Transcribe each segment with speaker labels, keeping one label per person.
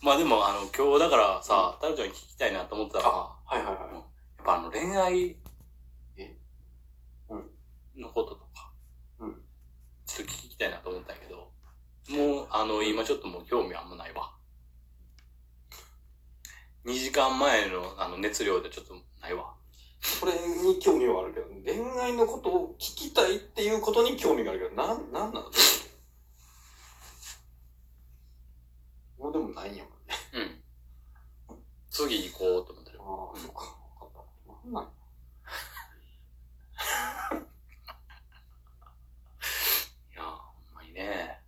Speaker 1: まあでも、あの、今日だからさ、タルちゃんに聞きたいなと思ってたのは、
Speaker 2: はいはいはい。
Speaker 1: やっぱあの、恋愛、
Speaker 2: えうん
Speaker 1: のこととか、
Speaker 2: うん
Speaker 1: ちょっと聞きたいなと思ったんやけど、もう、あの、今ちょっともう興味あんまないわ。2時間前のあの熱量でちょっとないわ。
Speaker 2: これに興味はあるけど、恋愛のことを聞きたいっていうことに興味があるけど、なん、なんなのもうでもないんやもんね。
Speaker 1: うん。次行こうと思ってる
Speaker 2: あ。あ、そっか。わかった。なんなん
Speaker 1: い
Speaker 2: や
Speaker 1: やー、ほんまにね、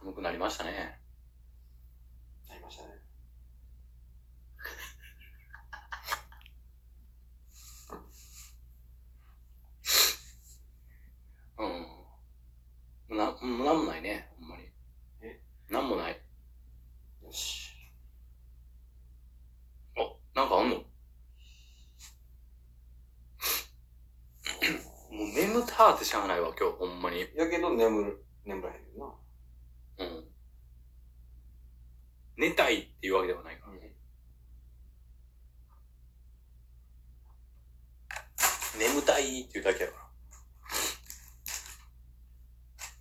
Speaker 1: 寒くなりましたね。
Speaker 2: なりましたね。
Speaker 1: うん。な、なんもないね、ほんまに。
Speaker 2: え
Speaker 1: なんもない。
Speaker 2: よし。
Speaker 1: あ、なんかあんの もう眠たーってしゃあないわ、今日、ほんまに。
Speaker 2: やけど眠る、眠らへんねんな。
Speaker 1: うん。寝たいっていうわけではないからね。眠たいっていうだけやから。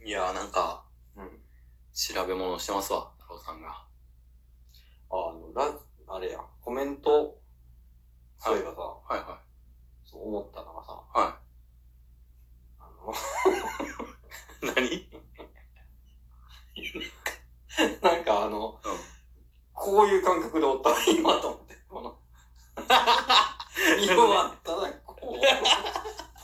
Speaker 1: いやーなんか、
Speaker 2: うん。
Speaker 1: 調べ物してますわ、太郎さんが。
Speaker 2: あの、ラ、あれや、コメント、そういえばさ、
Speaker 1: はいは
Speaker 2: そう思ったのがさ、
Speaker 1: い。は
Speaker 2: あの、
Speaker 1: い。 何
Speaker 2: なんかあの、
Speaker 1: うん
Speaker 2: こういう感覚でおったらいいなと思って、この、色あったらこう、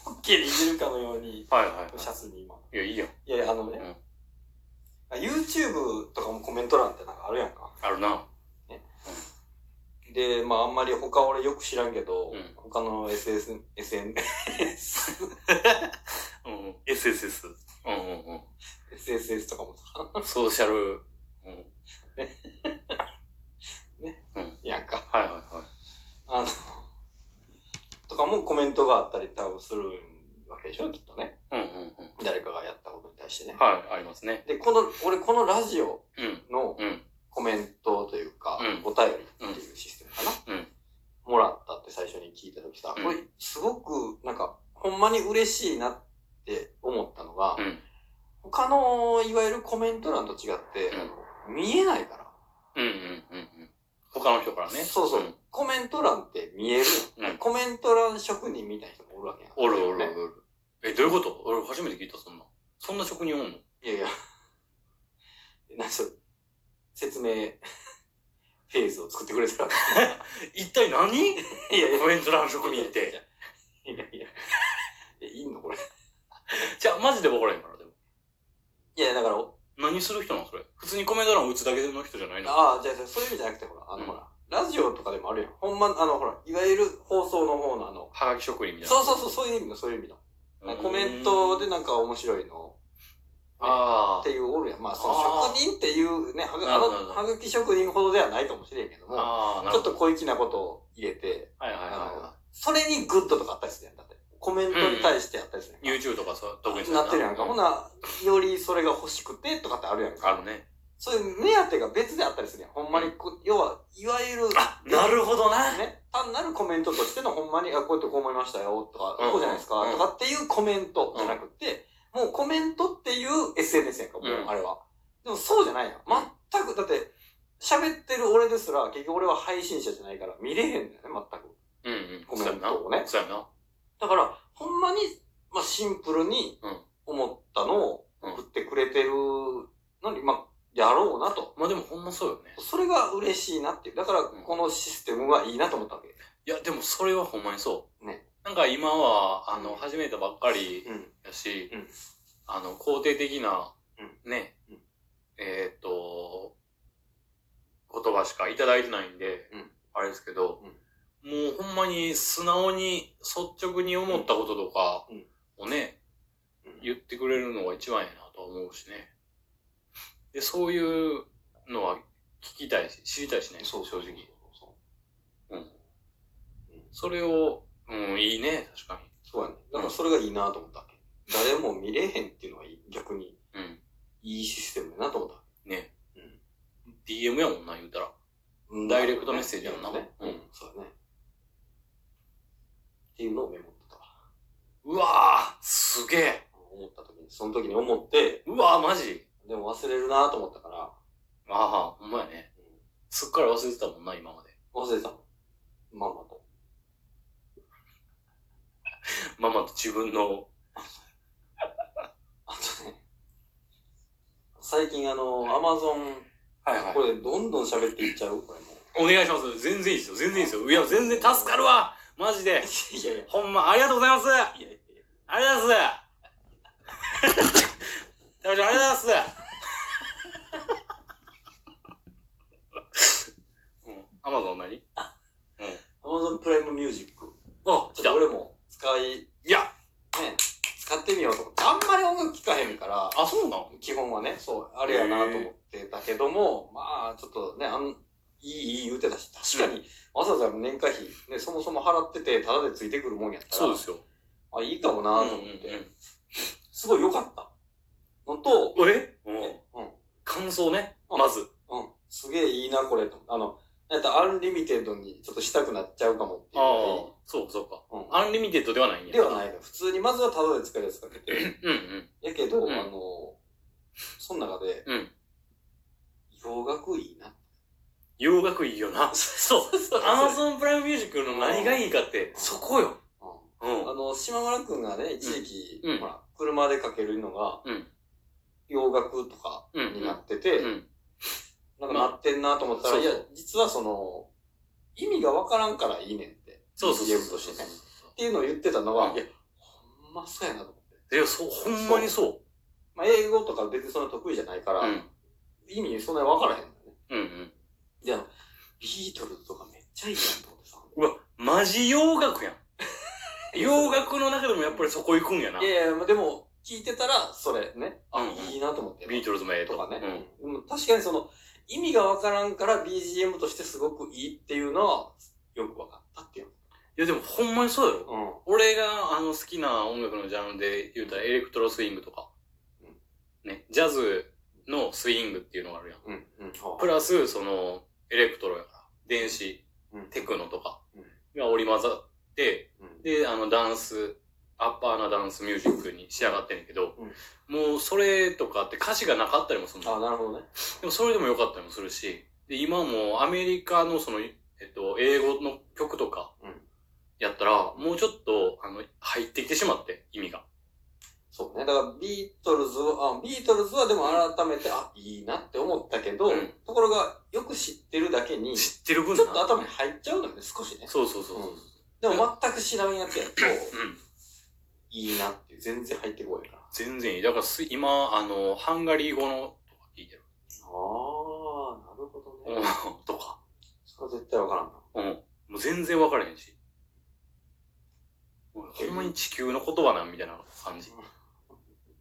Speaker 2: ポッケに入れるかのように、
Speaker 1: はいはい
Speaker 2: シャツに今。
Speaker 1: い。いや、いいよ。
Speaker 2: いやいや、あのね、YouTube とかもコメント欄ってなんかあるやんか。
Speaker 1: あるな。
Speaker 2: で、まああんまり他俺よく知らんけど、
Speaker 1: うん
Speaker 2: 他の SS、SNS、
Speaker 1: うん。SSS。うんうんうん。
Speaker 2: SSS とかもさ、
Speaker 1: ソーシャル。うん。
Speaker 2: やんか。
Speaker 1: はいはいはい。
Speaker 2: あの、とかもコメントがあったり多分するわけでしょ、きっとね。
Speaker 1: うんうんうん。
Speaker 2: 誰かがやったことに対してね。
Speaker 1: はい、ありますね。
Speaker 2: で、この、俺このラジオ
Speaker 1: うん。
Speaker 2: の
Speaker 1: うん。
Speaker 2: コメントというか、
Speaker 1: う
Speaker 2: お便りっていうシステムかな。
Speaker 1: うん
Speaker 2: もらったって最初に聞いたときさ、
Speaker 1: うん
Speaker 2: これすごくなんか、ほんまに嬉しいなって思ったのが、
Speaker 1: うん。
Speaker 2: 他のいわゆるコメント欄と違って、
Speaker 1: うん
Speaker 2: あの見えないから。
Speaker 1: うんうんうんうん。他の人からね。
Speaker 2: そうそう。コメント欄って見えるやん、
Speaker 1: うん
Speaker 2: コメント欄職人みたいな人もおるわけやん。
Speaker 1: おるおるおるおる。え、どういうこと俺初めて聞いた、そんな。そんな職人おんの
Speaker 2: いやいや。 なんそれ説明フェーズを作ってくれたら。
Speaker 1: 一体何
Speaker 2: いやいや
Speaker 1: コメント欄職人って。。
Speaker 2: いやいや。え、いいのこれ。
Speaker 1: じゃあ、マジで分からへんから、でも。
Speaker 2: いや、だから、お
Speaker 1: 何する人なのそれ。普通にコメント欄打つだけの人じゃないの
Speaker 2: ああ、じゃあ、そういう意味じゃなくて、ほら、あの、
Speaker 1: うん
Speaker 2: ほら、ラジオとかでもあるやん。ほんま、あの、ほら、いわゆる放送の方のあの、
Speaker 1: はがき職人みたいな。
Speaker 2: そうそうそう、そういう意味の、そういう意味の。
Speaker 1: うん
Speaker 2: コメントでなんか面白いの、
Speaker 1: あ
Speaker 2: っ
Speaker 1: ー
Speaker 2: ていうおるやん。まあ、その
Speaker 1: あー
Speaker 2: 職人っていうね、はが
Speaker 1: な
Speaker 2: あ
Speaker 1: るほ
Speaker 2: の
Speaker 1: どなるほど
Speaker 2: はがき職人ほどではないかもしれんけども、
Speaker 1: あー、な
Speaker 2: ち
Speaker 1: る
Speaker 2: ょ
Speaker 1: ほど。
Speaker 2: っと小粋なことを入れて、
Speaker 1: はいはいはい
Speaker 2: あの
Speaker 1: は、
Speaker 2: それにグッドとかあったりするやん。だって、コメントに対してあったりする
Speaker 1: い。
Speaker 2: やんか。
Speaker 1: YouTube とかさ、特にそう
Speaker 2: なってるやんか。ほ
Speaker 1: うん
Speaker 2: な、よりそれが欲しくてとかってあるやん
Speaker 1: あ
Speaker 2: か。
Speaker 1: るね。
Speaker 2: そういう目当てが別であったりするやん。ほんまにこ、要は、いわゆる、
Speaker 1: あ、なるほどな。
Speaker 2: ね、単なるコメントとしてのほんまに、あ、こうやってこう思いましたよ、とか
Speaker 1: うん、
Speaker 2: こうじゃないですか
Speaker 1: う、ん
Speaker 2: とかっていうコメントじゃなくて、もうコメントっていう SNS やんか、もう
Speaker 1: うん
Speaker 2: あれは。でもそうじゃないやん。全く、だって、喋ってる俺ですら、結局俺は配信者じゃないから見れへんねんね、全く。
Speaker 1: うんうん。
Speaker 2: コメントをね
Speaker 1: そうやな。
Speaker 2: だから、ほんまに、まあ、シンプルに
Speaker 1: うん、
Speaker 2: 思ったのを
Speaker 1: うん
Speaker 2: 送ってくれてるのに、まあ、やろうなと。
Speaker 1: まあでもほんまそうよね。
Speaker 2: それが嬉しいなっていう。だから、このシステムはいいなと思ったわけ。
Speaker 1: いや、でもそれはほんまにそう。
Speaker 2: ね
Speaker 1: なんか今は、あの、
Speaker 2: うん
Speaker 1: 始めたばっかり
Speaker 2: うん。
Speaker 1: やし、
Speaker 2: うん
Speaker 1: あの、肯定的な、ね、
Speaker 2: うん
Speaker 1: えーっと、言葉しかいただいてないんで、
Speaker 2: うん
Speaker 1: あれですけど、もうほんまに素直に率直に思ったこととかをね、言ってくれるのが一番やなとは思うしね。で、そういうのは聞きたいし、知りたいしね、
Speaker 2: そう
Speaker 1: 正
Speaker 2: そう
Speaker 1: 直。
Speaker 2: そう
Speaker 1: うん。それを、うん、いいね、確か
Speaker 2: そうやね。だからそれがいいなと思ったわけ。誰も見れへんっていうのはいい逆に
Speaker 1: に。うん。
Speaker 2: いいシステムやなと思ったわ
Speaker 1: ね。
Speaker 2: け。うん。
Speaker 1: DM やもんな、言うたら。
Speaker 2: うん
Speaker 1: ダイレクトメッセージやんな
Speaker 2: ね。う
Speaker 1: うん
Speaker 2: ん、そうだね。っていうのをメモってたわ。
Speaker 1: うわぁすげえ
Speaker 2: 思った時に、その時に思って、
Speaker 1: うわぁマジ
Speaker 2: でも忘れるなと思ったから、
Speaker 1: ああ、ほんまやね。すっから忘れてたもんな、今まで。
Speaker 2: 忘れてたの。まんまと。
Speaker 1: ママと自分の、
Speaker 2: あとね、最近あの、
Speaker 1: は
Speaker 2: アマゾン、
Speaker 1: は
Speaker 2: これどんどん喋っていっちゃうこれもう。
Speaker 1: お願いします。全然いいですよ。全然いいですよ。いや、全然助かるわマジで
Speaker 2: いやいや、
Speaker 1: ほんま、ありがとうございます
Speaker 2: いやいやいや。
Speaker 1: ありがとうございます。大将、ありがとうございます。うん。アマゾン何うん。
Speaker 2: アマゾンプライムミュージック。
Speaker 1: あ、
Speaker 2: ち
Speaker 1: 来
Speaker 2: ょったと。俺も使い、ね、
Speaker 1: いや、
Speaker 2: 使ってみようと思って。あんまり音楽聴かへんから、
Speaker 1: あ、そうなの
Speaker 2: 基本はね、そう、あれやなと思ってたけども、まあ、ちょっとね、あん、いい、いい言うてたし、確かに、わざわざ年会費、ね、そもそも払ってて、ただでついてくるもんやったら、
Speaker 1: そうですよ。
Speaker 2: あ、いいかもなと思って、
Speaker 1: うんうん
Speaker 2: すごい良かった。のと、
Speaker 1: うんえうん
Speaker 2: ね。うん、
Speaker 1: 感想ね。
Speaker 2: うん
Speaker 1: まず。
Speaker 2: うん、すげえいいな、これ、と。あの、やったらアンリミテッドにちょっとしたくなっちゃうかもっていう
Speaker 1: ああ
Speaker 2: ぐ、
Speaker 1: そうかそうか。
Speaker 2: らい。うん
Speaker 1: アンリミテッドではないんや。
Speaker 2: ではないの。普通に、まずはただで使えるやつかけて。
Speaker 1: うんうん。
Speaker 2: やけど、
Speaker 1: うん
Speaker 2: あの、その中で、
Speaker 1: うん
Speaker 2: 洋楽いいな。
Speaker 1: 洋楽いいよな。そう。アマゾンプライムミュージックの何がいいかって、そこよ。
Speaker 2: うん
Speaker 1: うん。
Speaker 2: あの、島村くんがね、一時期、
Speaker 1: うん
Speaker 2: ほら、車でかけるのが、
Speaker 1: うん
Speaker 2: 洋楽とか
Speaker 1: うん
Speaker 2: になってて、
Speaker 1: うん。
Speaker 2: なんかなってんなと思ったら、
Speaker 1: まあ
Speaker 2: い
Speaker 1: そ
Speaker 2: や
Speaker 1: うそう、
Speaker 2: 実はその、意味がわからんからいいねんって。
Speaker 1: そうそうそう
Speaker 2: BGM
Speaker 1: そう
Speaker 2: と
Speaker 1: そ
Speaker 2: し
Speaker 1: う
Speaker 2: てね。っていうのを言ってたのは、
Speaker 1: うん
Speaker 2: いや、ほんまそうやなと思って。
Speaker 1: いや、そう、ほんまにそ
Speaker 2: まあ、英語とか別にそんな得意じゃないから、
Speaker 1: う。うん。
Speaker 2: 意味そんなにわからへんのよね。
Speaker 1: うんうん。
Speaker 2: で、あの、ビートルズとかめっちゃいいやんと思ってさ。
Speaker 1: うわ、マジ洋楽 やん。洋楽の中でもやっぱりそこ行くんやな。
Speaker 2: いやいや、まあでも、聞いてたら、それね、あ、
Speaker 1: うん
Speaker 2: いいなと思って。
Speaker 1: ビートルズもええ
Speaker 2: と
Speaker 1: と
Speaker 2: かね。
Speaker 1: うん
Speaker 2: でも確かにその、意味がわからんから BGM としてすごくいいっていうのは、よくわかったっていう。
Speaker 1: いや、でもほんまにそうだよ。
Speaker 2: うん。
Speaker 1: 俺があの好きな音楽のジャンルで言うたらエレクトロスイングとか
Speaker 2: う、
Speaker 1: ね、ジャズのスイングっていうのがあるやん。
Speaker 2: うん。うん。
Speaker 1: プラス、その、エレクトロやから、電子、
Speaker 2: うん
Speaker 1: テクノとか
Speaker 2: うん
Speaker 1: が織り交ざって、
Speaker 2: うん
Speaker 1: で、あの、ダンス、アッパーなダンスミュージックに仕上がってんねんけど、
Speaker 2: うん
Speaker 1: もうそれとかって歌詞がなかったりもする
Speaker 2: あ、
Speaker 1: の。
Speaker 2: なるほどね。
Speaker 1: でもそれでも良かったりもするし、で、今もアメリカのその、えっと、英語の曲とか
Speaker 2: うん、
Speaker 1: やったら、もうちょっと、あの、入ってきてしまって、意味が。
Speaker 2: そうね。だからビートルズは、あ、ビートルズはでも改めて、あ、いいなって思ったけど、
Speaker 1: うん
Speaker 2: ところが、よく知ってるだけに、ち
Speaker 1: 知ってる
Speaker 2: ょ
Speaker 1: 分
Speaker 2: っ
Speaker 1: な。
Speaker 2: と頭に入っちゃうのよね、少しね。
Speaker 1: そうそうそうそう。
Speaker 2: うんでも全く知らんやつやと、
Speaker 1: うん。
Speaker 2: いいなっていう、全然入ってこないから。あ
Speaker 1: 全然いい。だからす、今、あの、ハンガリー語のとか聞いてる。
Speaker 2: あ、なるほど
Speaker 1: う
Speaker 2: ね
Speaker 1: ん。とか。
Speaker 2: それは絶対わからんな。
Speaker 1: うん。もう全然分からへんし。ほんまに地球の言葉なんみたいな感じ。